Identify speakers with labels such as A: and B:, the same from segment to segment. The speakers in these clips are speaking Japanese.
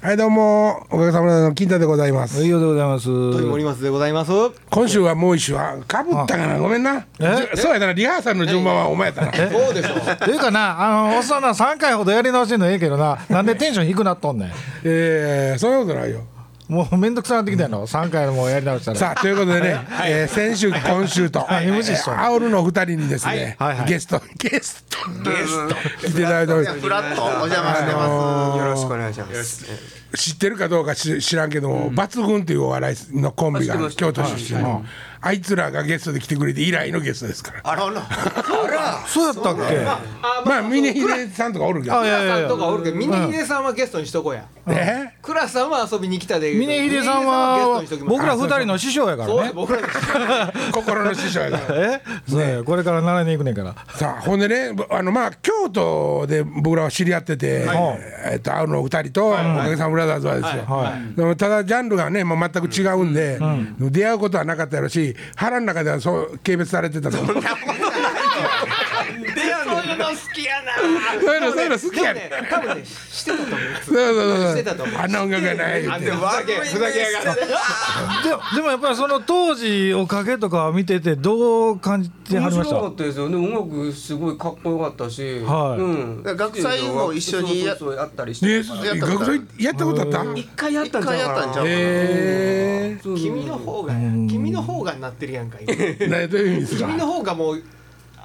A: はいどうもおかげさまで金太でございます
B: いようでございます。
C: 鳥森松でございます。
A: 今週はもう一週はかぶったかなごめんな
B: え
A: じそうやったなリハーサルの順番はお前やったな
C: そうでしょう。
B: というかな、あの、おっさんな3回ほどやり直してんのええけどな、なんでテンション低くなっとんねん。
A: えー、そんなことないよ
B: もうめん どくさなってきたやろ、3回もうやり直したら。
A: さあということでね、えー先週今週と、
B: はい
A: えー
B: MC しと
A: アオルの二人にですね、
B: はいはいはい
A: ゲストゲストゲスト来ていただいております
D: フラットお邪魔してます。
A: あ
C: よ
A: の
C: ろしくお願いします。
A: 知ってるかどうかし知らんけども、抜群っていうお笑いのコンビが京都出身の、あいつらがゲストで来てくれて以来のゲストですから
D: あらら。
B: そうやったっけ
A: まあ峰秀さんとかおるけど
B: あいやいやい
C: さん
B: や
C: とかおるけど、峰秀さんはゲストにしとこうや。
A: ね
C: クラさんは遊びに来たで。
B: 峰秀さん
C: 峰
B: は
C: 秀さんゲストにしときます
B: 僕ら2人の師匠やから
C: そうや
B: ね。
C: 僕らです。
A: 心の師匠やから
B: えそうや、これから習いに行くねんから。
A: さあほんでねぼあのまあ京都で僕らは知り合ってて、えっと会うのお二人と、おかげさんブラザーズはですよ、でもただジャンルがねもう全く違うんで、出会うことはなかったやろし腹の中ではそう軽蔑されてたと思う
C: そういうの好きやな。
A: そういうのそういうの好きやね
C: でもね多分ね、してたと思う。
A: そうそう
C: し
A: そ
C: て
A: う
C: たと思う
A: あんな音楽がない言うて
C: ふざけ、ふざけやがって。
B: ででもやっぱりその当時おかげとかを見ててどう感じては
E: 面
B: りまし
E: 白
B: た
E: かったですよね音楽すごいかっこよかったし、
B: はい
E: うん
D: 学祭も一緒に
E: そう
D: や
E: そうそうやったりして
A: ね
E: 一
D: やったこと
A: 学
D: ある
A: 生やったことあった
E: 回やっ
D: 一
E: たんちゃ
D: 回
E: う
D: やったんちゃ
E: か
D: う
E: な
D: か
A: ええ
C: 君の方がや、君の方がなってるやんか。今
A: 何どういう意味ですか
C: 君の方がもう、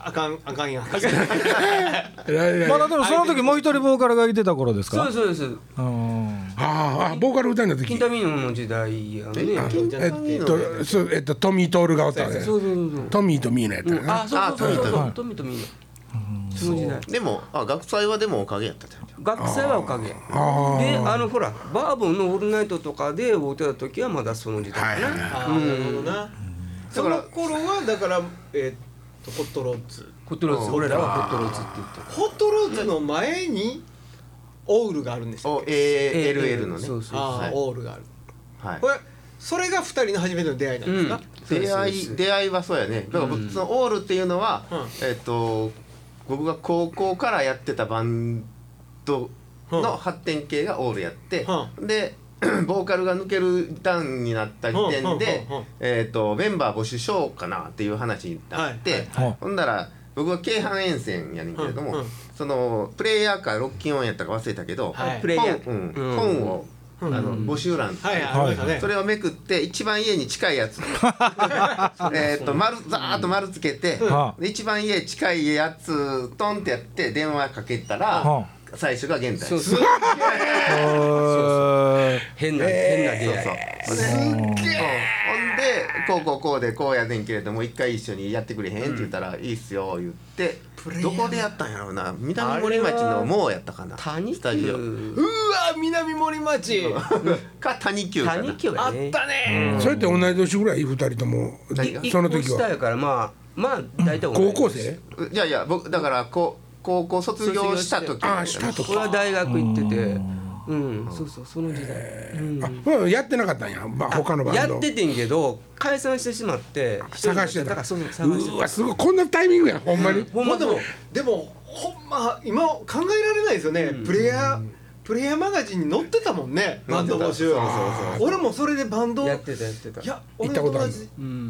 C: あかん、あかんやん。
A: 何何
B: まだでもその時もう一人ボーカルがいてた頃です
E: そう
B: か
E: ですそうです
B: うん
A: ああボーカル歌いの時
E: 金田美濃の時代やねそう
C: じゃ
A: え
C: なくて
A: っとそうえっとトミー・トールがおったわけ
E: そうそうそう
A: トミーとミーのやったよな
E: あそうそうそうそう
B: あ
E: 富田美濃その時代
D: でもあ学祭はでもおかげやったじゃん。
E: 学生はおかげで
A: あ
E: あのほらバーボンの「オールナイト」とかで会うてた時はまだその時代か
A: はいはい
E: な
C: あーなるほどな。その頃はだからえーっとホットローズ。
E: ホットローズ俺らはホットローズって言って
C: ホットローズの前にオールがあるんですよ。
D: お A L L のね。
E: そうそう
C: あ
D: は
C: あ
D: い
C: オールがある。
D: はい
C: こ。れそれが二人の初めての出会いなんですか。
E: そう
D: 出
E: ですそうで
D: 会い
E: す
D: 出会いはそうやね。だからそのオールっていうのは
C: うん
D: えっと僕が高校からやってたバンドの発展系がオールやってで。 ボーカルが抜ける段になった時点で
C: うんうんうんうん、
D: えー、とメンバー募集しようかなっていう話になって、
C: はい
B: はいはい
D: ほんなら僕は京阪沿線やねんけれども、
C: うんうん
D: そのプレイヤーかロッキンオンやったか忘れたけど、
C: はい
E: プレイヤー
D: 本,、うん
E: うん
D: 本を、あの募集欄、
C: はいありましたね
D: そ。れをめくって一番家に近い やつえっと丸ざーっと丸つけて、
B: はあ
D: で一番家近いやつトンってやって電話かけたら、
B: は
D: 最初が現代
E: そうそう
B: えー
E: 変な変な出
D: そう
E: 会い
D: そうすっげえほんでこうこうこうでこうやねんけれども一回一緒にやってくれへんって言ったら、いいっすよ言ってどこでやったんやろうな南森町のもうやったかな
E: 谷
D: スタジオ
E: 久
C: うわ南森町
D: か谷急かな
E: 谷久
C: あ
E: や
C: っ
E: ね
C: たね。
A: それって同い年ぐらい二人とも
D: 何が
A: その時
E: 一個下
A: は
E: やからまあまあ大体同じ
A: 高校生
D: いやいや僕だからこ高校卒業した時
A: ああしたと
E: 俺は
A: か
E: 大学行っててうんそうそうその時代うん
A: あまあやってなかったんやまあ他のバンド
E: やっててんけど解散してしまって一人にな
A: 探
E: っ
A: してた
E: だからそうそう探して
A: うわすごいこんなタイミングやほんまに
E: たほん
C: まあで
E: まで
C: も
E: も
C: でもほんま今考えられないですよね、プレイヤープレイヤーマガジンに載ってたもんねバンド募集
D: そうそうそう
C: 俺もそれでバンド
E: やってたやってた
C: いや
A: 行
C: 俺
A: った
C: の
A: こ
C: 友
A: とある
C: 達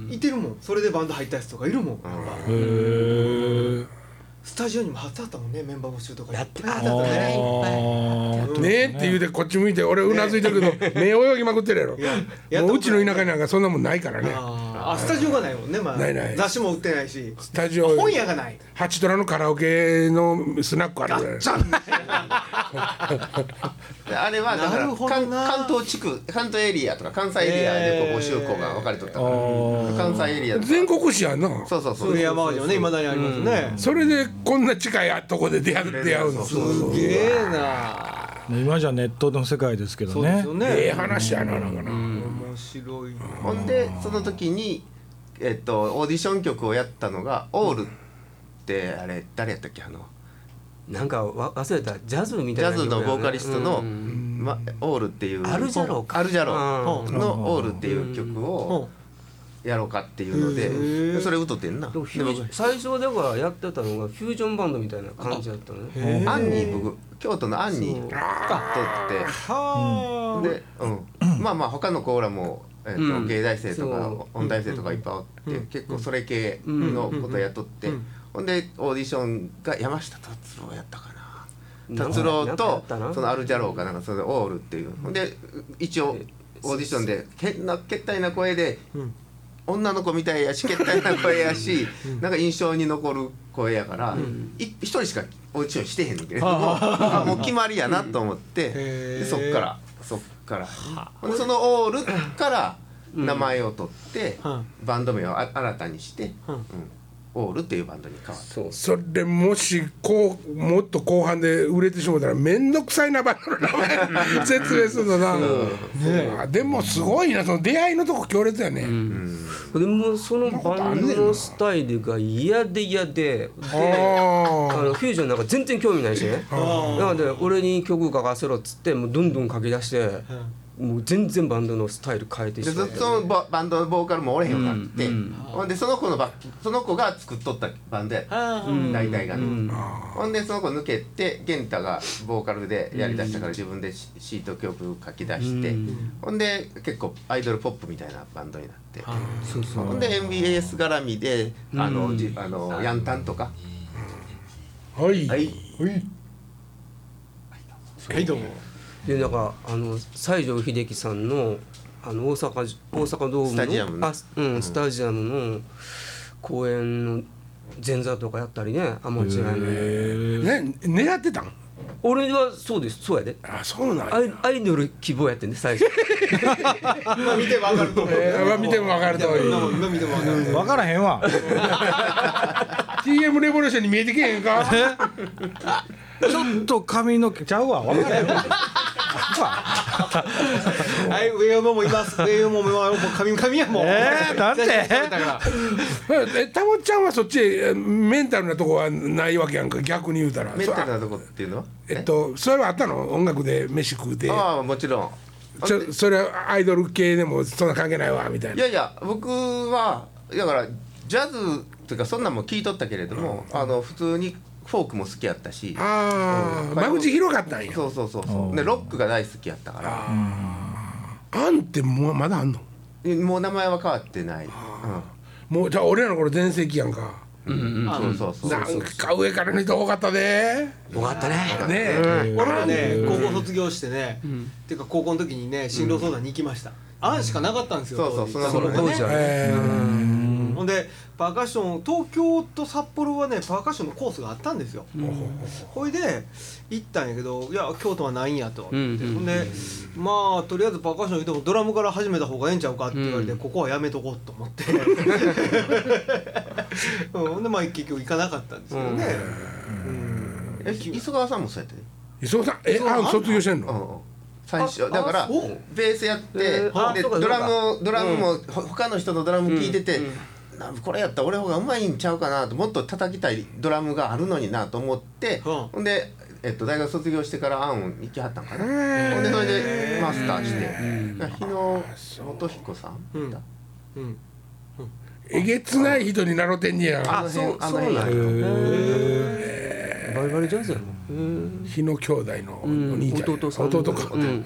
C: いてるもんそれでバンド入ったやつとかいるもん、やっぱ
A: へー
C: スタジオにも貼ってあったもんねメンバー募集とか
E: やって
C: いぱい貼
E: あ
C: ったね
B: あー
A: ねえって言うてこっち向いて俺うなずいてるけど目泳ぎまくってるやろ
C: や
A: もううちの田舎なんかそんなもんないからね
C: あーあスタジオがないもんねまあ
A: ないない
C: 雑誌も売ってないし
A: スタジオ
C: 本屋がない
A: ハチドラのカラオケのスナックあるぐらい
D: であれはだか
C: な
D: ら
C: るほど
D: 関
C: な
D: 関東地区関東エリアとか関西エリアでこう募集校が分かれとったから、関西エリアとか
A: 全国市やんな
D: そうそうそ
C: プ
D: う
C: レイヤーマガジンはねいまだにありますね、
A: それでこんな近いとこで出会う出会うの
C: すげえな
B: 今じゃネットの世界ですけど
C: そうです
B: ね
C: よ
A: ええ
C: ね
A: 話やななんかな
C: 面白いな
D: ほんでその時にえっとオーディション曲をやったのが「オール」ってあれ誰やったっけあの
E: なんかわ忘れたジャズみ
D: ジ
E: たい
D: ャ
E: な
D: ズのボーカリストの「
E: うんうん
D: ま、オール」っていう
E: アルジャロか
D: アルジャロ
E: うん
D: の「オール」っていう曲を
C: う
D: やろうかっていうの
C: へ
D: で
C: え
D: それ歌ってんなで
E: でもフュージョン
D: 僕
E: 最初だからやってたのがフュージョンバンドみたいな感じだったのね
C: へえ
D: アンニー僕京都のアンニーと
C: はあ、
D: ってで、うん、まあまあ他のコーラも、えーと
E: うん
D: 芸大生とか
E: そ
D: 音大生とかいっぱいおって、結構それ系のことやっとって、ほんでオーディションが山下達郎やったかな。達郎
E: なんかや
D: と
E: ったな
D: そのアルジャローかなんかそれでオールっていうほんで一応オーディションでけなけったいな声で、
C: うん
D: 女の子みたいやしけったいな声やし、なんか印象に残る声やから、い一人しかオーディションしてへんのけれども、あもう決まりやなと思って、
C: へー
D: でそっからそっからほんでそのオールから名前を取って、
C: うん
D: バンド名をあ新たにして、
C: うん
D: うんオールっていうバンドに変わった。
E: そう
A: それもしこうもっと後半で売れてしまったら面倒くさいなバンドの名前 説明するのな、あでもすごいなその出会いのとこ強烈やね、
E: でもそのバンドのスタイルが嫌で嫌でで
A: あ
E: あのフュージョンなんか全然興味ないしねなので俺に曲書かせろっつってもうどんどん書き出してもう全然バンドのスタイル変えてし
D: で
E: ま
D: ず
E: っ
D: ってとババンドのボーカルもおれへんようになって、
E: うんうん
D: ほんでその子のバその子が作っとったバンドやった
C: あ
E: うん
D: 大体がね、
E: うん
D: ほんでその子抜けて健太がボーカルでやりだしたから自分でシシート曲書き出して、
E: うん
D: ほんで結構アイドルポップみたいなバンドになって、
E: そうそう
D: ほんで MBS 絡みであの、
E: うん
D: じあのヤンタンとか、
A: あはい、
D: はい
C: はいどうも
E: でだからあの西城秀樹さんのあの大阪じ大阪ドーム
D: ス
E: の
D: タジアムね
E: あうん、スタジアムの公演の前座とかやったりねアマチュアの
A: ね狙ってたん
E: 俺はそうですそうやで
A: あそうなんや
E: アイアイドル希望やってんね最 初
C: まあ見てわかると思う、
A: えーまあ見ても分かる通り
C: 今見てもわかる
B: 分からへんわ
A: TM レボリューションに見えてけへんか
B: ちょっと髪の毛ちゃうわ分からへんわ
C: はい上山もいます上山ももう髪髪やもう
B: えーなんで
C: 全然喋ったから
A: えタモちゃんはそっちえメンタルなとこはないわけやんか逆に言うたら
D: メンタル
A: そ
D: なとこっていうのは、
A: えっとそれはあったの音楽で飯食うて
D: ああもちろん
A: ちょそれはアイドル系でもそんな関係ないわみたい
D: い
A: な
D: やいや僕はだからジャズとかそんなんも聞いとったけれども、あの普通にフォークも好きやったし
A: あ
D: う
A: あ
D: ん
A: 間口広かったんや
D: そうそうそうそうでロックが大好きやったから
A: あんってもうまだあんの
D: でもう名前は変わってない、うん、
A: もうじゃあ俺らの頃全盛期やんか
D: そうそうそう
A: なんか上からの人多かったで
E: よかったね
A: ねえ
C: 俺はね高校卒業してね、っていうか高校の時にね進路相談に行きました、あんしかなかったんですよ
D: そうそう
C: 当時
D: そ
C: その
D: の頃
C: 頃
E: 当
C: ね
E: 時はね
A: えー
C: ほんでパーカッション東京と札幌はねパーカッションのコースがあったんですよ、ほいで行ったんやけどいや京都はないんやと、
E: うん
C: ほんでまあとりあえずパーカッション言うてもドラムから始めた方がええんちゃうかって言われて、
E: うん
C: ここはやめとこうと思 って、うん、ほんでまあ結局行かなかったんですけどね、
D: え磯川さんもそうやってね
A: 磯尾さんえ
C: そう
A: あ卒業してん
D: うん
A: の
D: うん最初だから
C: あそう
D: ベースやって、
E: えーあ
D: で
E: そうかそう
D: ド
E: か
D: ラムをドラムも、ほ他の人のドラム聞いてて、なこれやったら俺の方がうまいんちゃうかなともっと叩きたいドラムがあるのになと思って、
C: うん
D: ほんで、えっと、大学卒業してからアンオン行きはったんかな、ほんでそれでマスターして、日野元彦さん、
C: うんうん
A: えげつない人になろてんねや
D: あの
E: そ
D: 辺
E: う
D: あの
E: そ
D: 辺
E: うな
D: なんん
E: や
D: や
E: バリバリジャズやも
A: 日野兄弟のお
E: ん
A: 兄ちゃんや
E: 弟さんの
A: 弟か
E: うん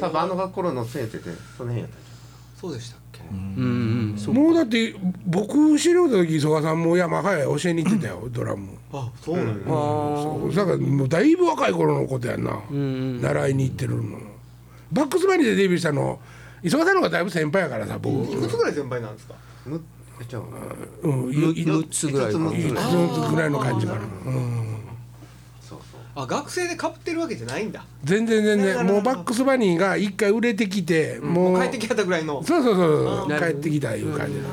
D: 多分あの頃の先生ってその辺やった
C: そうでしたっけ、
E: うんうんそう
A: もうだって僕知り合った時磯川さんも山早い教えに行ってたよドラム
C: あそうなんや、
E: あー
A: そうだからもうだいぶ若い頃のことやんな
E: うん
A: 習いに行ってるのバックスバニーでデビューしたの磯川さんの方がだいぶ先輩やからさ僕
C: いくつぐらい先輩なんですか
D: むじゃあ
A: うん
E: む
A: いい
E: 六つぐらいかな
D: 五つ六つ
A: そのぐらいの感じかなうん
D: そうそう
C: あ学生でかぶってるわけじゃないんだ
A: 全然全
C: なるほ
A: 然
C: ど
A: もうバックスバニーが一回売れてきてもう
C: 帰ってきはったぐらいの
A: そうそうそう
E: なるほど
A: 帰ってきたいう感じな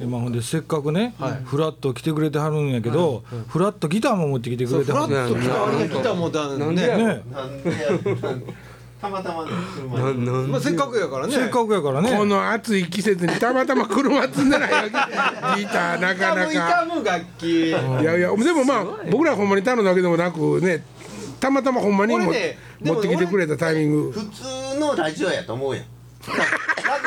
B: 今ほんでせっかくね、
C: はい
B: フラッと来てくれてはるんやけど、フラッとギターも持ってきてく
C: そう
B: れて
C: フ
B: は
C: ラ
B: る
C: ッと来た割には来たもんだ
E: なんでや
C: ね
E: ろ
B: ね
D: なんでやなん たまたまね車
E: な
D: で
E: なん
C: まあせっかくやからね
B: せっかくやからね
A: この暑い季節にたまたま車積んで ないわけギターなかなか
C: 痛む痛む楽器
A: いやいやでもまあ僕らほんまに頼んだわけでもなくねたまたまほんまにも
C: これね
A: 持ってきてくれたタイミング
D: 普通のラジオやと思うやんか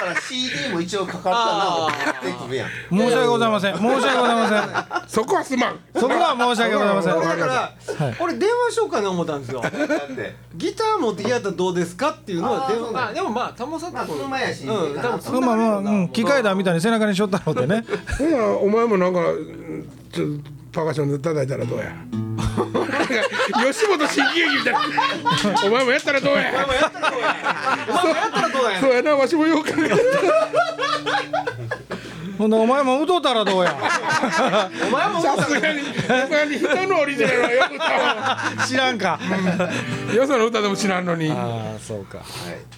D: ら CD も一応かかったなって買ってくるやん
B: 申し訳ございません。申し訳ございません。
A: そこはすまん
B: そこは申し訳ございません
A: そこ
C: 俺
A: は
C: だか
B: は
C: ら
B: い
C: 俺電話しようかな思ったんですよ
D: だって
C: ギター持ってやったらどうですかっていうのは
D: あー
C: 電
D: そ
C: 話
D: うなん
C: まあでもまあタモさん
D: まあ車やし
C: うん多分
B: まあまあ、うん、機械だみたいに背中にしょったので ね。
A: ほなお前もなんかうんちょっとパーカッションで叩いたらどうやなんか吉本新喜劇みたいなお前もやったらどうや
C: お前もやったらどうやお前もやったらどうや
A: そうやなわしもよう考えた
B: ほんでお前も歌うたらどうや。
C: お前も
A: さすがにさすがに人のオリジナルはよく歌わ
B: 知らんか。
A: んよその歌でも知らんのに
B: ああ、そうか。
D: はい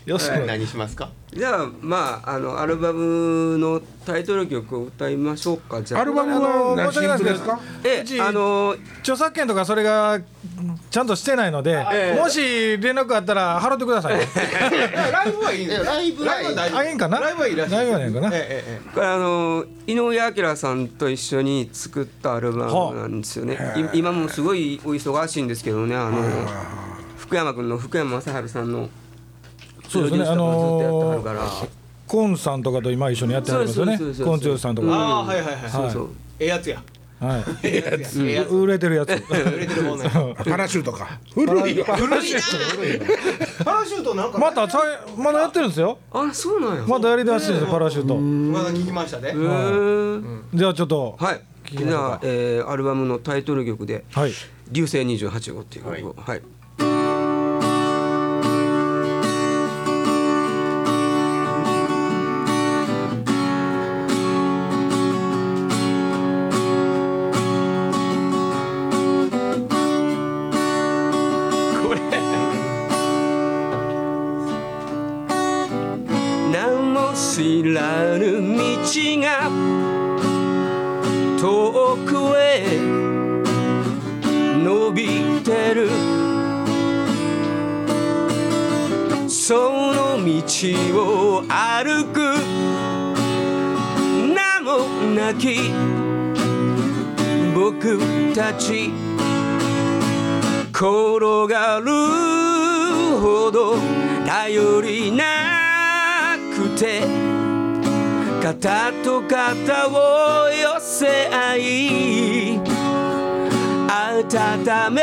B: よし
D: はい何しますか
E: じゃあまああのアルバムのタイトル曲を歌いましょうかじゃあ
A: アルバムは何シングルですか
E: え
B: うち
E: あの
B: 著作権とかそれがちゃんとしてないので、
E: ええ
B: もし連絡あったら払ってください。
C: ライブはいいんですよ
D: えライブ
C: ライブは大丈 夫
B: あげんかな
C: ライブはいいらしい
B: ライブはいいのかな
C: えええええ
E: これあの井上彰さんと一緒に作ったアルバムなんですよねい今もすごいお忙しいんですけどねあの福山君の福山雅治さんの
B: そうですね
E: プ
B: あ
E: ロデュースとか
B: のー
E: ずっとやってはるから
B: コンさんとかと今一緒にやってはりますよね
E: そうです。そうですそうです
B: コン強さんと
C: あ
B: か。
C: あはいはいはい
E: そうそう
C: ええやつや
B: はい。
C: ええやつやええやつ
B: 売れてるやつ。
C: 売れてる方ね
A: パラシュートか古いよ
C: パラシュートなんか
B: またさいまだやってるんですよ。
E: あそうなんや
B: まだやりだしてるんですよパラシュート。
C: まだ聞きましたね
E: へー
B: じゃあちょっと、
E: はいじゃあ、えーアルバムのタイトル曲で
B: はい。
E: 「流星28号」っていう曲をはい何も知らぬ道が遠くへ伸びてるその道を歩く名もなき僕たち転がるほど頼りなくて肩と肩を寄せ合い温め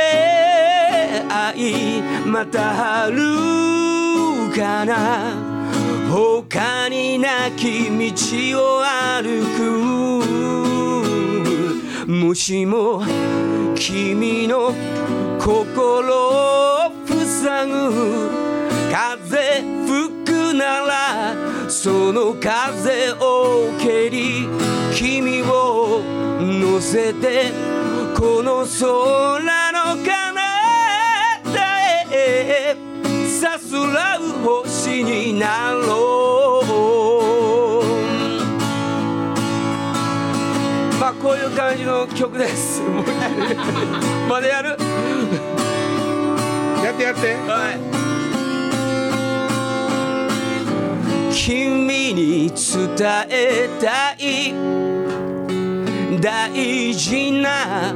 E: 合いまた春かな他になき道を歩くもしも君の心を塞ぐ風吹くならその風を蹴り君を乗せてこの空の彼方へさすらう星になろうまあこういう感じの曲ですもう まだやる
A: やってやって
E: 君に伝えたい大事な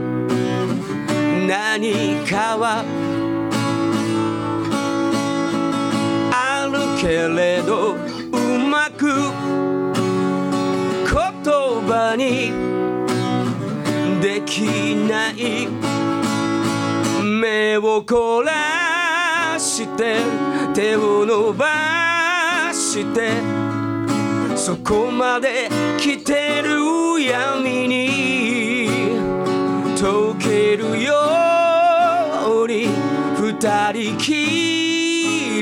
E: 何かはあるけれどうまく言葉にできない目を凝らして手を伸ばしてそこまで来てる闇に溶けるように二人き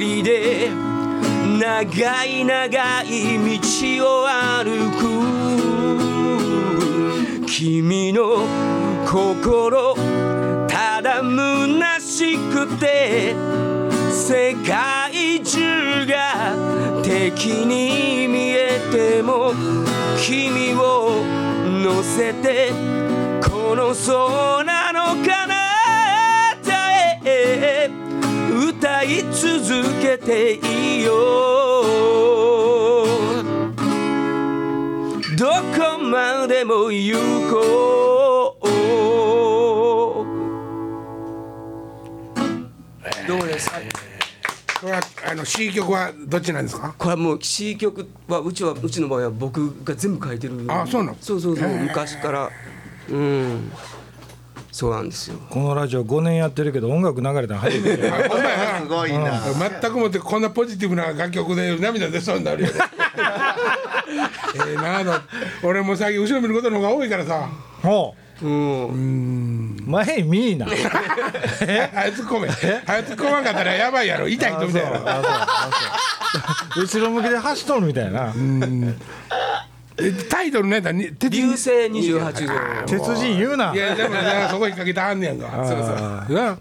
E: りで長い長い道を歩く君の心ただ虚しくて世界中が敵に見えても君を乗せてこの空の彼方へ歌い続けていいよどこまでも行こうどうですか
A: これはあの C 曲はどっちなんですか
E: これはもう C 曲はうちはうちの場合は僕が全部書いてる
A: あそうなの
E: そうそうそう、
A: へえ
E: 昔からうんそうなんですよ
B: このラジオ5年やってるけど音楽流れたの初めて
D: これはすごいな。
A: 全くもってこんなポジティブな楽曲で涙出そうになるよね ええなあの俺も最近後ろ見ることの方が多いからさ
B: ほ
E: うん
B: う前見 いな
A: 早く突っ込め早く突っ込まんかったらやばいやろ痛い人みたいやろ
B: 後ろ向きで走っとるみたいな
A: えタイトルねだに鉄
E: 流
A: 人
E: 星28号
B: 鉄人言うない
A: やでもなそこ引っ掛けてあんねやんかそうそうな、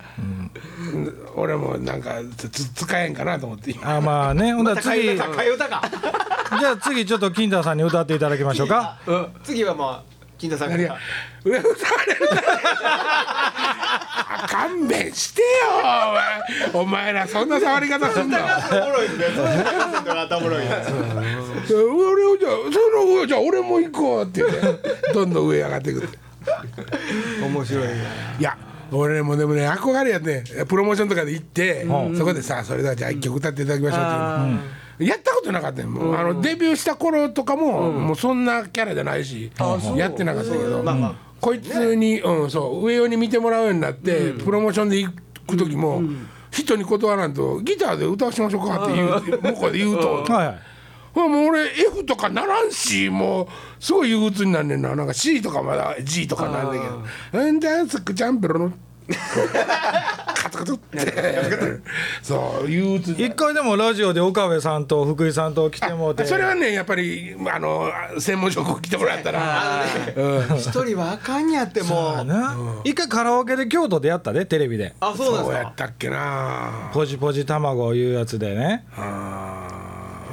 A: 俺もなんかつつ使えんかなと思って今
B: あまあねほんだら次じ
C: 替え歌か替え歌か
B: ゃあ次ちょっと金田さんに歌っていただきましょうか
C: 次はまあ金田さんか
A: 何や
C: ら
A: 上歌われるな勘弁してよお前お前らそんな触り方すんの
C: おもろいですねそれ高橋さんとか頭おもろいです
A: 俺をじゃあその上じゃあ俺も行こうって言ってどんどん上上がっていくって
C: 面白い
A: いや俺もでもね憧れやねプロモーションとかで行って、
B: うん
A: そこでさそれではじゃあ一曲歌っていただきましょうっていう、やったことなかったよ、もうあのデビューした頃とかも、もうそんなキャラじゃないし、やってなかったけど、こいつに、うん、そう上用に見てもらうようになって、プロモーションで行く時も、人に断らんとギターで歌わしましょうかって言う、向こうで言うと、
B: はいはい
A: ほらもう俺 F とかならんしもうすごい憂鬱になんねんななんか C とかまだ G とかなんだけど「うんじゃあすくちゃんべろの」カツカツってそう憂鬱に
B: 一回でもラジオで岡部さんと福井さんと来てもうて
A: それはねやっぱりあの専門職来てもらったら
C: 一人はあかんやっても
B: あ
C: う
B: な一回カラオケで京都でやったでテレビで
C: あそうなん
A: そ
C: で
A: う
C: す
A: やっ
C: か
A: たっけな
B: ポジポジ卵いうやつでね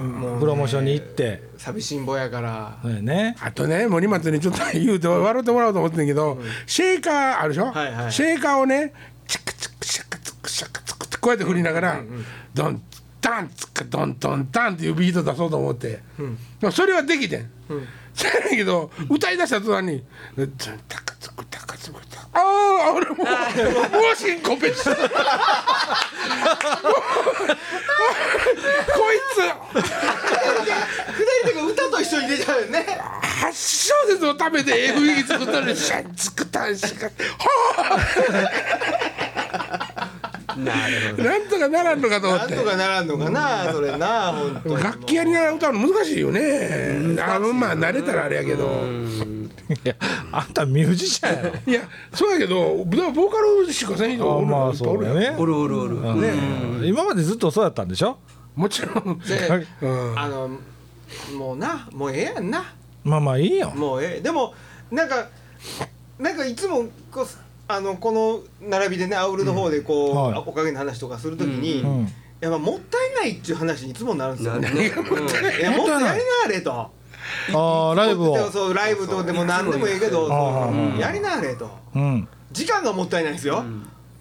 B: プロモーションに行って
C: 寂しんぼやから
B: そうやね
A: あとね森松にちょっと言うて笑ってもらおうと思ってんけど、シェーカーあるでしょ、
C: はいはい
A: シェーカーをねチクチクシャクチクシャクチクってこうやって振りながら、ドンタンツクドンドンタンっていうビート出そうと思って、でもそれはできてん、そやねんけど歌い出した途端に「タカツクタカツクタカああ俺もうもうシンコペした」こいつ
C: 下りとか歌と一緒に出ちゃうよね
A: 8小節のためで FE 作ったのにシャン作ったんしかは
E: なる
A: あ
E: ほ
A: なんとかならんのかと思
C: な
A: っ
C: ん
A: て
C: とかならんのかなそれな本当に
A: 楽器やりながら歌うの難しいよねあのまあ慣れたらあれやけど
B: いやあんたミュージシャンやろ
A: いやそうやけどでもボーカルしかせん人おる
B: ま
A: の
B: あそうだ
A: いっぱいおるやん
B: ね
E: どおるおるおる
B: うん今までずっとそうやったんでしょ
A: もちろん
C: で
A: うん
C: あのもうなもうええやんな
B: まあまあいいよ
C: もうええでもなんかなんかいつもこうあのこの並びでねアウルの方でこう、
B: はい
C: おかげの話とかするときに、
B: うん
C: やっぱもったいないっていう話にいつもなるんですよ、
E: なる
C: ね、
E: ね
C: いやもったいないなあれと
B: ああライブを
C: そうそうライブとかでも何でもええけどそうそうやりなあれと
B: うん
C: 時間がもったいないですよ、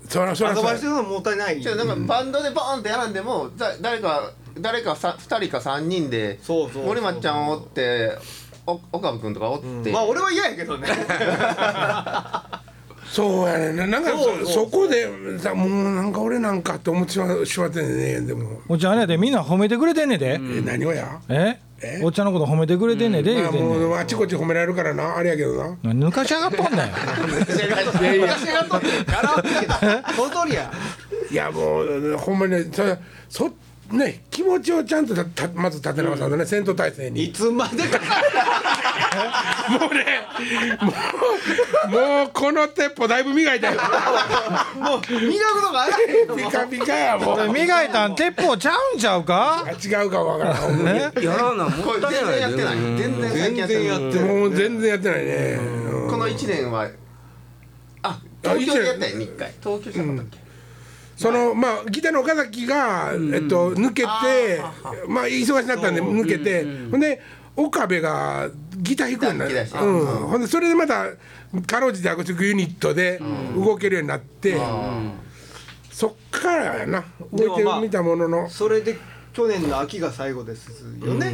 A: そらそら
C: 遊
A: そ
C: ば
A: ら
C: してるのもったいない
D: じゃあなんかバンドでバーンってやらんでもだ誰か誰かさ二人か三人で
C: そうそうそう
D: 森松ちゃんおってお岡部君とかおって、
C: まあ俺は嫌やけどね
A: そうやねんななんか
C: そうそ
A: そうそこでさもうなんか俺なんかって思ってしましまってんねでも
B: お茶あれやでみんな褒めてくれてんねんで
A: え何をや
B: え
A: え
B: お茶のこと褒めてくれてんねんで
A: まあ
B: 言うてん
A: も
B: ねん
A: うあちこち褒められるからなあれやけどな
B: 何抜かしやがっとんねん
C: 私が撮ってカラオケだその通りや
A: いやもうほんまにねそれそね気持ちをちゃんとたたまず立て直さんとね、戦闘態勢
C: い
A: に
C: つまでか
A: もうねもうもうこの鉄砲だいぶ磨いたよ
C: もう磨くのがあれへんの
A: ピカピカや もう あ
B: 磨いたん鉄砲ちゃうんちゃうか
A: 違うかわからんほんまに
E: やらなも
D: こ
E: っ
D: れ
E: た
D: 全然
E: い
D: や
E: な
D: っ
E: い
D: て
E: で
D: ない全然最近
C: 全
D: やって
C: 然
D: な
C: や
D: い
C: ってる
A: もう全然やってないね、うん
D: この一年はあ東京でやったよね一回東京じゃなかったっ
A: そのまあギターの岡崎が、えっと、抜けてまあ忙しなったんで抜けて、ほんで岡部がギター弾くようにな
D: ギター弾き出した
A: うん、ほんでそれでまたかろうじてアコースティックユニットで動けるようになって、そっからやな動いてみたものの、
C: それで去年の秋が最後ですよね、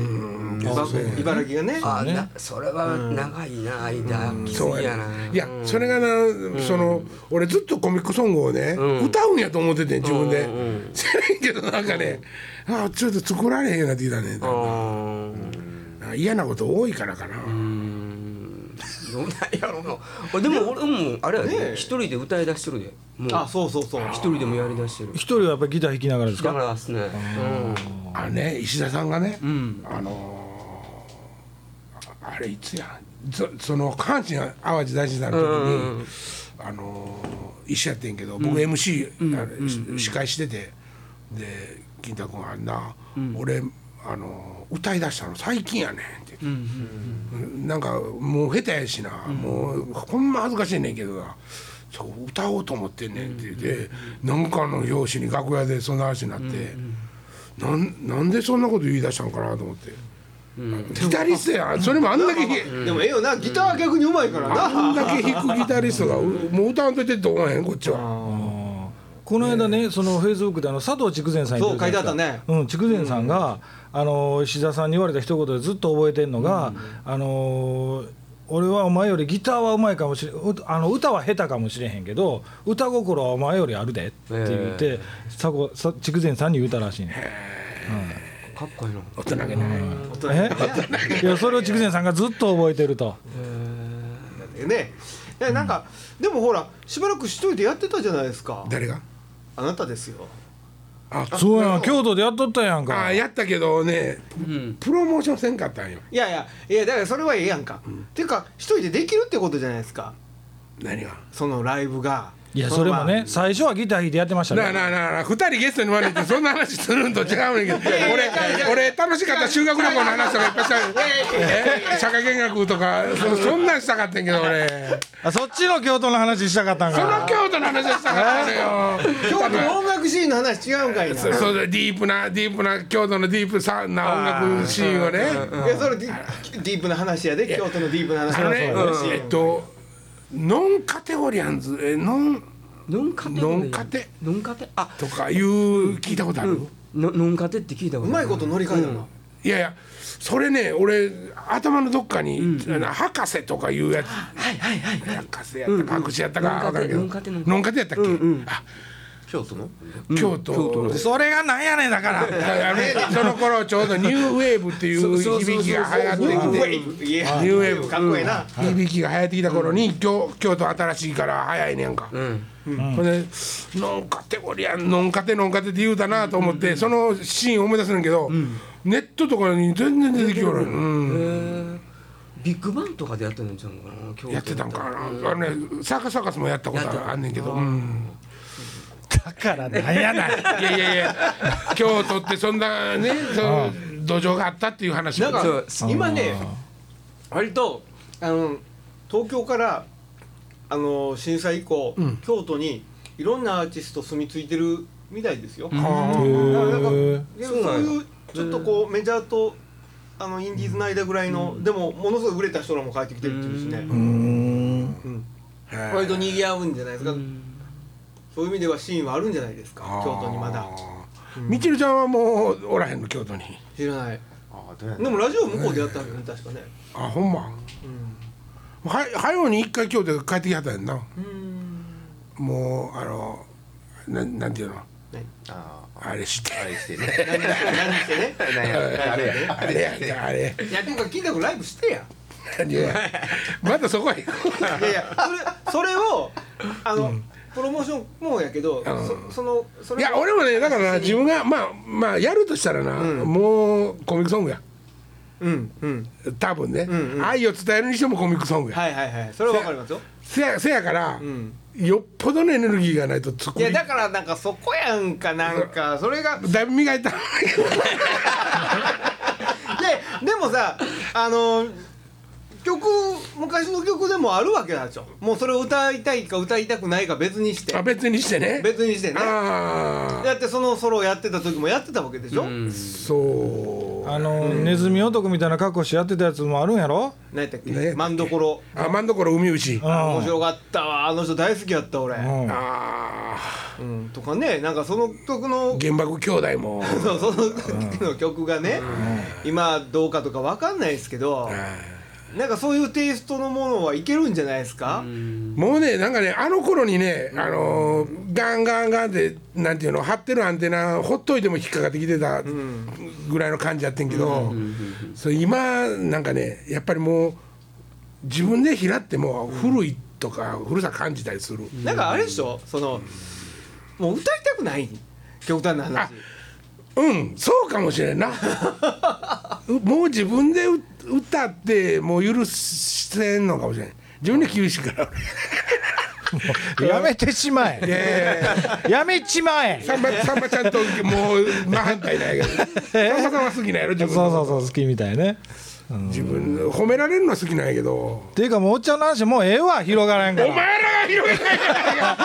D: け、
A: です
C: ば
A: よね
C: 茨城がね
E: あなそれは長いな間きつ
A: そう
E: いや
A: や
E: な
A: ねいやそれがなその俺ずっとコミックソングをね歌うんやと思っててん自分で せやねんけどなんかねあちょっと作られへんようになってきたね
E: うん
A: 嫌なこと多いからかな
E: どうなんやろうなあでも俺もあれや
C: ねえ
E: で一人で歌い出してるでもう
C: あそうそうそう
E: 一人でもやり出してる
B: 一人はやっぱりギター弾きながらです
E: だ
B: か
E: からですね
A: あのね石田さんがね
E: うんうん
A: あのーあれいつやそその阪神・淡路大震災の時に、
E: うんうん
A: あのー一緒やってんけど僕 MC、あれし司会しててで金太君あんな、俺あのー歌い出したの最近やねんって、なんかもう下手やしな、もうほんま恥ずかしいねんけどな。そう歌おうと思ってんねんって言って、なんかの拍子に楽屋でそんな話になって、なんなんでそんなこと言い出したんかなと思って、ギタリストやそれもあんだけ、
C: でもええよなギターは逆にうまいから
A: あん
C: な
A: だけ弾くギタリストがうもう歌わんといてどうなんやこっちは。
B: この間ね、そのフェイスブックであの佐藤筑前さんるじゃないですか
C: そう書いてあった
B: うん、筑前さんが、あの石田さんに言われた一言でずっと覚えてるのが、あのー俺はお前よりギターはうまいかもしれうあの歌は下手かもしれへんけど歌心はお前よりあるでって言って、佐古さ筑前さんに言うたらしいね。
E: かっこいいな
A: 大人げない。
C: 大人
B: えいやそれを筑前さんがずっと覚えてると。
C: ねねえなんかでもほらしばらく一人でやってたじゃないですか
A: 誰が？
C: あなたですよ
A: あ、
B: そうやん京都でやっとったやんか
A: あ、。やったけどね、プロモーションせんかったんよ。
C: いやいやいやだからそれはええやんか、ていうか一人でできるってことじゃないですか
A: 何が？
C: そのライブが
B: いや
C: の
B: それもね最初はギター弾いてやってました
A: なあ
B: ね。
A: なあなあなあ、二人ゲストに招いてそんな話するんと違うねんけど、
C: やいや
A: 俺俺楽しかった修学旅行の話とかいっぱいした。え社会見学とかそそんなんしたかったんけど俺。
B: あそっちの京都の話したかったん
A: そ
B: か
A: の。京都の話をしたかったのよ。
C: 京都の音楽シーンの話違うんかいな
A: そうそうディープなディープな京都のディープさな音楽シーンをね。
C: いやそれディディープな話やで京都のディープな話
A: あのね、
C: うん
A: えっとノンカテゴリアンズえノン
E: ノンカテ
A: ノンカテ
E: ノンカテあ
A: とかいう聞いたことある、
E: ノノンカテって聞いたこと
C: うまいこと乗り換えたない
A: やいやそれね俺頭のどっかに、あの博士とかいうやつ
E: はいはいはいはい
A: 博士やったか、博士やったか分からんけど
E: ノンカテノンカテ
A: ノンカテやったっけ、あ
D: 京都の
A: 京都,、
B: それがなんやねんだから。
A: あのねその頃ちょうどニューウェーブっていう響きが流行って
C: ニュー
A: き
C: ウ
A: て
C: ェーブいや
A: ニューウェーブ
C: かっこええな
A: 響きが流行ってきた頃に、京京都新しいから早いねんか、ほんでノンカテゴリアンノンカテノンカテって言うたなと思って、そのシーンを思い出すねんけど、ネットとかに全然出てきよる、うん
E: へえビッグバンとかでやってるんちゃうのかな京都
A: やってたんかな、あのねサーカスサーカスもやったことあんねんけど、うん
B: だからなんやねん。
A: いやいやいや京都ってそんなねその土壌があったっていう話
C: なん
E: そ
C: か
E: う
C: 今ね割とあの東京からあの震災以降、京都にいろんなアーティスト住み着いてるみたいですよ。だか
A: あー
C: らなんか
B: へ
C: でそういうちょっとこうメジャーとあのインディーズの間ぐらいの、でもものすごい売れた人らも帰ってきてるっていうしね、割と賑わうんじゃないですか、そういう意味ではシーンはあるんじゃないですか
A: あー
C: 京都にまだ
A: みちるちゃんはもうおらへんの京都に
C: 知らない
D: ああどうや
C: でもラジオ向こうでやったんだよね確かね
A: あほんま、ははように一回京都で帰ってきはったやんなもうあのななんていうの
D: あ
A: あれして
D: ああれしてね
C: 何してね
D: 何やあれや
A: あれやったあれ
C: いやていうか金田君ライブしてや
A: 何や またそこへ行く
C: いやいやそれそれをあの、プロモーションもやけど、そそのそ
A: い
C: れ
A: や俺もねだからな自分がまあまあやるとしたらな、もうコミックソングや
C: うんうん
A: 多分ね、
C: んうん
A: 愛を伝えるにしてもコミックソングや、
C: はいはいはいそれはわかりますよ
A: せやせやから、
C: ん
A: よっぽどのエネルギーがないと作
C: い
A: り
C: やだからなんかそこやんかなんかそれが
A: だいぶ磨い た
C: ででもさあの曲昔の曲でもあるわけなんですよもうそれを歌いたいか歌いたくないか別にして
A: あ別にしてね
C: 別にしてね
A: ああ
C: だってそのソロをやってた時もやってたわけでしょ、
A: そう
B: あのネズミ男みたいな格好してやってたやつもあるんやろ
C: 何やったっけ、
A: ね
C: マンドコロ
A: あまんどころ海牛
B: ん
C: 面白かったわあの人大好きやった俺、
B: うん
A: あ
C: うん、とかねなんかその曲
A: ー
C: の
A: 原爆兄弟も
C: そう その時の曲がね、今どうかとかわかんないですけど、なんかそういうテイストのものはいけるんじゃないですか、
A: もうねなんかねあの頃にねあのーガンガンガンってなんていうの張ってるアンテナほっといても引っかかってきてたぐらいの感じやってんけど、そう今なんかねやっぱりもう自分で拾っても古いとか古さ感じたりする、
C: なんかあれでしょそのもう歌いたくない極端な話
A: うんそうかもしれんな うもう自分でう歌ってもう許してんのかもしれん自分で厳しいから
B: やめてしま
A: 俺い
B: え
A: やいやいや
B: やめちまえ
A: サンバサンバちゃんともう真反対なんやけどサンバさんは好きなんやろ自
B: そう
A: 分
B: そうそうう好きみたいね
A: 自分の褒められるのは好きなんやけど
B: っていうかもうおっちゃんの話もうええわ広がらんか
A: お
B: ら
A: 前らが広げたんやないか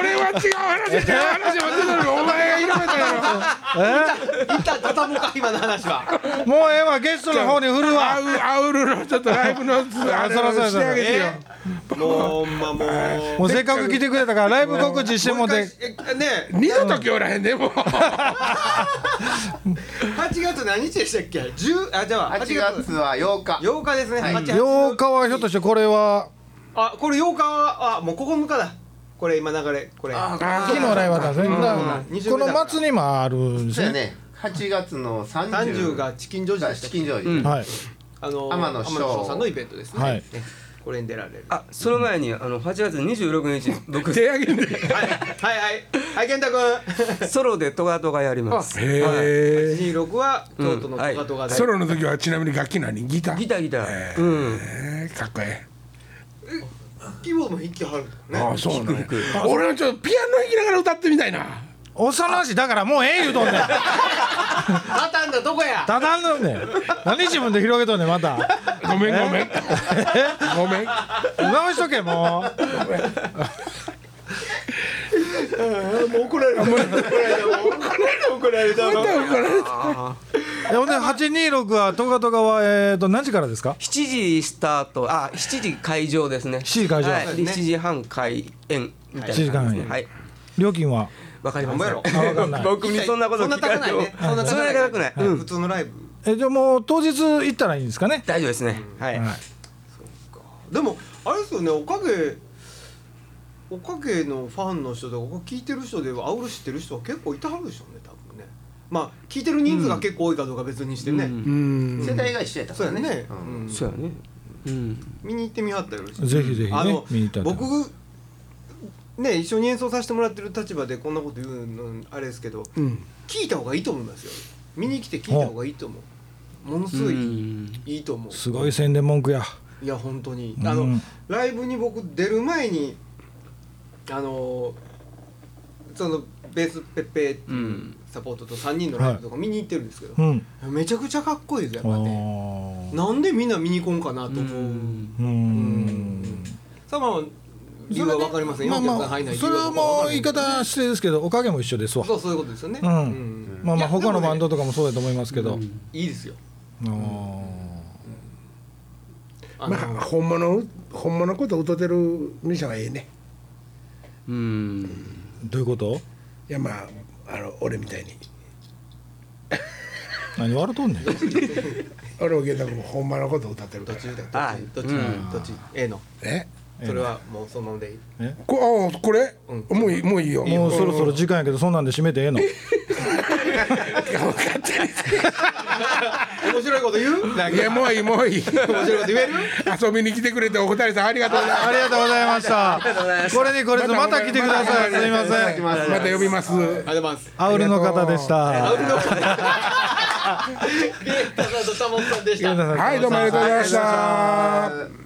A: 俺は違う話じゃ話をしてたのにお前が広げたんやろ
C: 一旦畳むか今の話は
B: もうええわゲストの方に振る
A: ア
B: わ
A: ウアウルのちょっとライブのあれ
B: そらそ
A: を
B: ら
A: し
B: そ
A: て
B: ら
A: あげてよ
C: えもうほんまもう
B: もうせっかく来てくれたからライブ告知してもうて
C: 一回えね
A: 二度と今日らへんでもう
C: 8月何日でしたっけ10あじゃあ8月
D: 8月は8日
C: 8日ですね、
D: はい
C: 8
B: 8日はひょっとしてこれは
C: あこれ8日はあもう9日だこれ今流れこれ
D: あ
A: あ
B: 昨日ライブだったんですねだから
C: うん
B: この祭りもあるんで
D: そう
B: す
D: や
B: ね
D: ね8月の30
C: 30がチキンジョージで
D: が
C: した
D: 資
C: っけ
D: 金上
E: うん
D: 司
B: はい
C: あの
D: 天野翔
C: さんのイベントですね、
B: はい
C: ねこれに出られる
E: あその前にあの8月26日僕
A: 手あげんで
C: はいはいはいはい健太君
E: ソロでトガトガやりますはい
A: へえ
C: 26は京都のトカトガで、
A: ソロの時はちなみに楽器何ギター
E: ギターギターうん
A: えーかっこえ
C: キーボードも弾きはる
A: えああそうなんや俺はちょっとピアノ弾きながら歌ってみたいな
B: 幼しだからもうええ言うとんねん
C: 畳んだとこや
B: ただんどんねん何自分で広げとんねんまた
A: ごめんごめんごめん
B: 直しとけもう
C: もう怒られる怒られる怒られる怒られる
B: えほんで826はトガトガはえっと何時からですか
E: 7時スタートあ7時会場ですね
B: 7時会場
E: はい、で7時半開演みたいな感じですね
B: 7時半
E: はい
B: 料金は
E: わかりま
C: お前
E: せ
C: や
E: ん
C: ろ
B: あわかんない
E: 僕にそんなこと
C: そんな
E: 聞かれ
C: 高な
E: て
C: い
E: も
C: ねそんな
E: そんな高くない、う
C: 普
E: ん、
C: 通のライブ
B: えじゃあもう当日行ったらいいんですかね
E: 大丈夫ですねはい、
B: はい
C: でもあれですよねおかげおかげのファンの人とかここ聞いてる人でアウル知ってる人は結構いてはるでしょうね多分ねまあ聞いてる人数が結構多いかどうか別にしてね、
E: うん
A: うん
D: 世代が一緒やったか
C: そう
D: ら
C: やね
D: ね
C: うん
E: そうやねうん
C: 見に行ってみはったよろしい
B: ぜひぜひ
C: あ
B: ね
C: の
B: 見に行ったら
C: 僕ね一緒に演奏させてもらってる立場でこんなこと言うのあれですけど
A: うん
C: 聞いた方がいいと思いますよ見に来て聞いた方がいいと思うものすごいいいと思う
B: すごい宣伝文句や
C: いや本当に
B: うん
C: あの、ライブに僕出る前にあのそのベースペッペって
E: う
C: いうんサポートと3人のライブとか見に行ってるんですけど、
B: うん
C: めちゃくちゃかっこいいです
B: あ
C: よやっぱね
B: ー
C: なんでみんな見に来んかなと思う、
B: うーん
C: さあまあ理由は分かりませんよ、
B: まあ
C: お客さん
B: ま
C: 入んな
B: あ
C: い
B: それはもう言い
C: 方
B: 方失礼ですけどおかげも一緒ですわ
C: そうそういうことですよね、
B: うん
C: うん
B: まあまあ
C: いや
B: 他のバンド
C: で
B: とかもそうだと思いますけど
C: もねいいですよ
B: あ
C: あの、
A: まあ本物本物のこと歌ってるミュージシャンがええね
E: うん
B: ーどういうこと
A: いやまああの俺みたいに
B: 何笑うとんねん
A: 俺も源太君も本物のこと歌ってるか
C: ど
A: ら
C: っちだど
E: あ
C: っちどっち、
E: うん
C: どっち A の
A: え
C: それはもうそのままでいい
A: こあこれ、
C: うん
A: もういいもういいよ
B: もうそろそろ時間やけどそんなんで締めてええの
C: 面白いこと言う なん
A: い
C: か
A: やもういいもういい
C: 面白いこと言える
A: 遊びに来てくれてお二人さんありがとうございます
B: ありがとうございました。これにこれとまた来てください。すみま
D: いただ
B: せ
D: き
B: ん。
D: ます
A: また呼びます
C: ありがとうござ います
B: アウルの方でした。
C: ゲータさんとタモンさんでした
B: 源田さん
A: はいどうもありがとうございました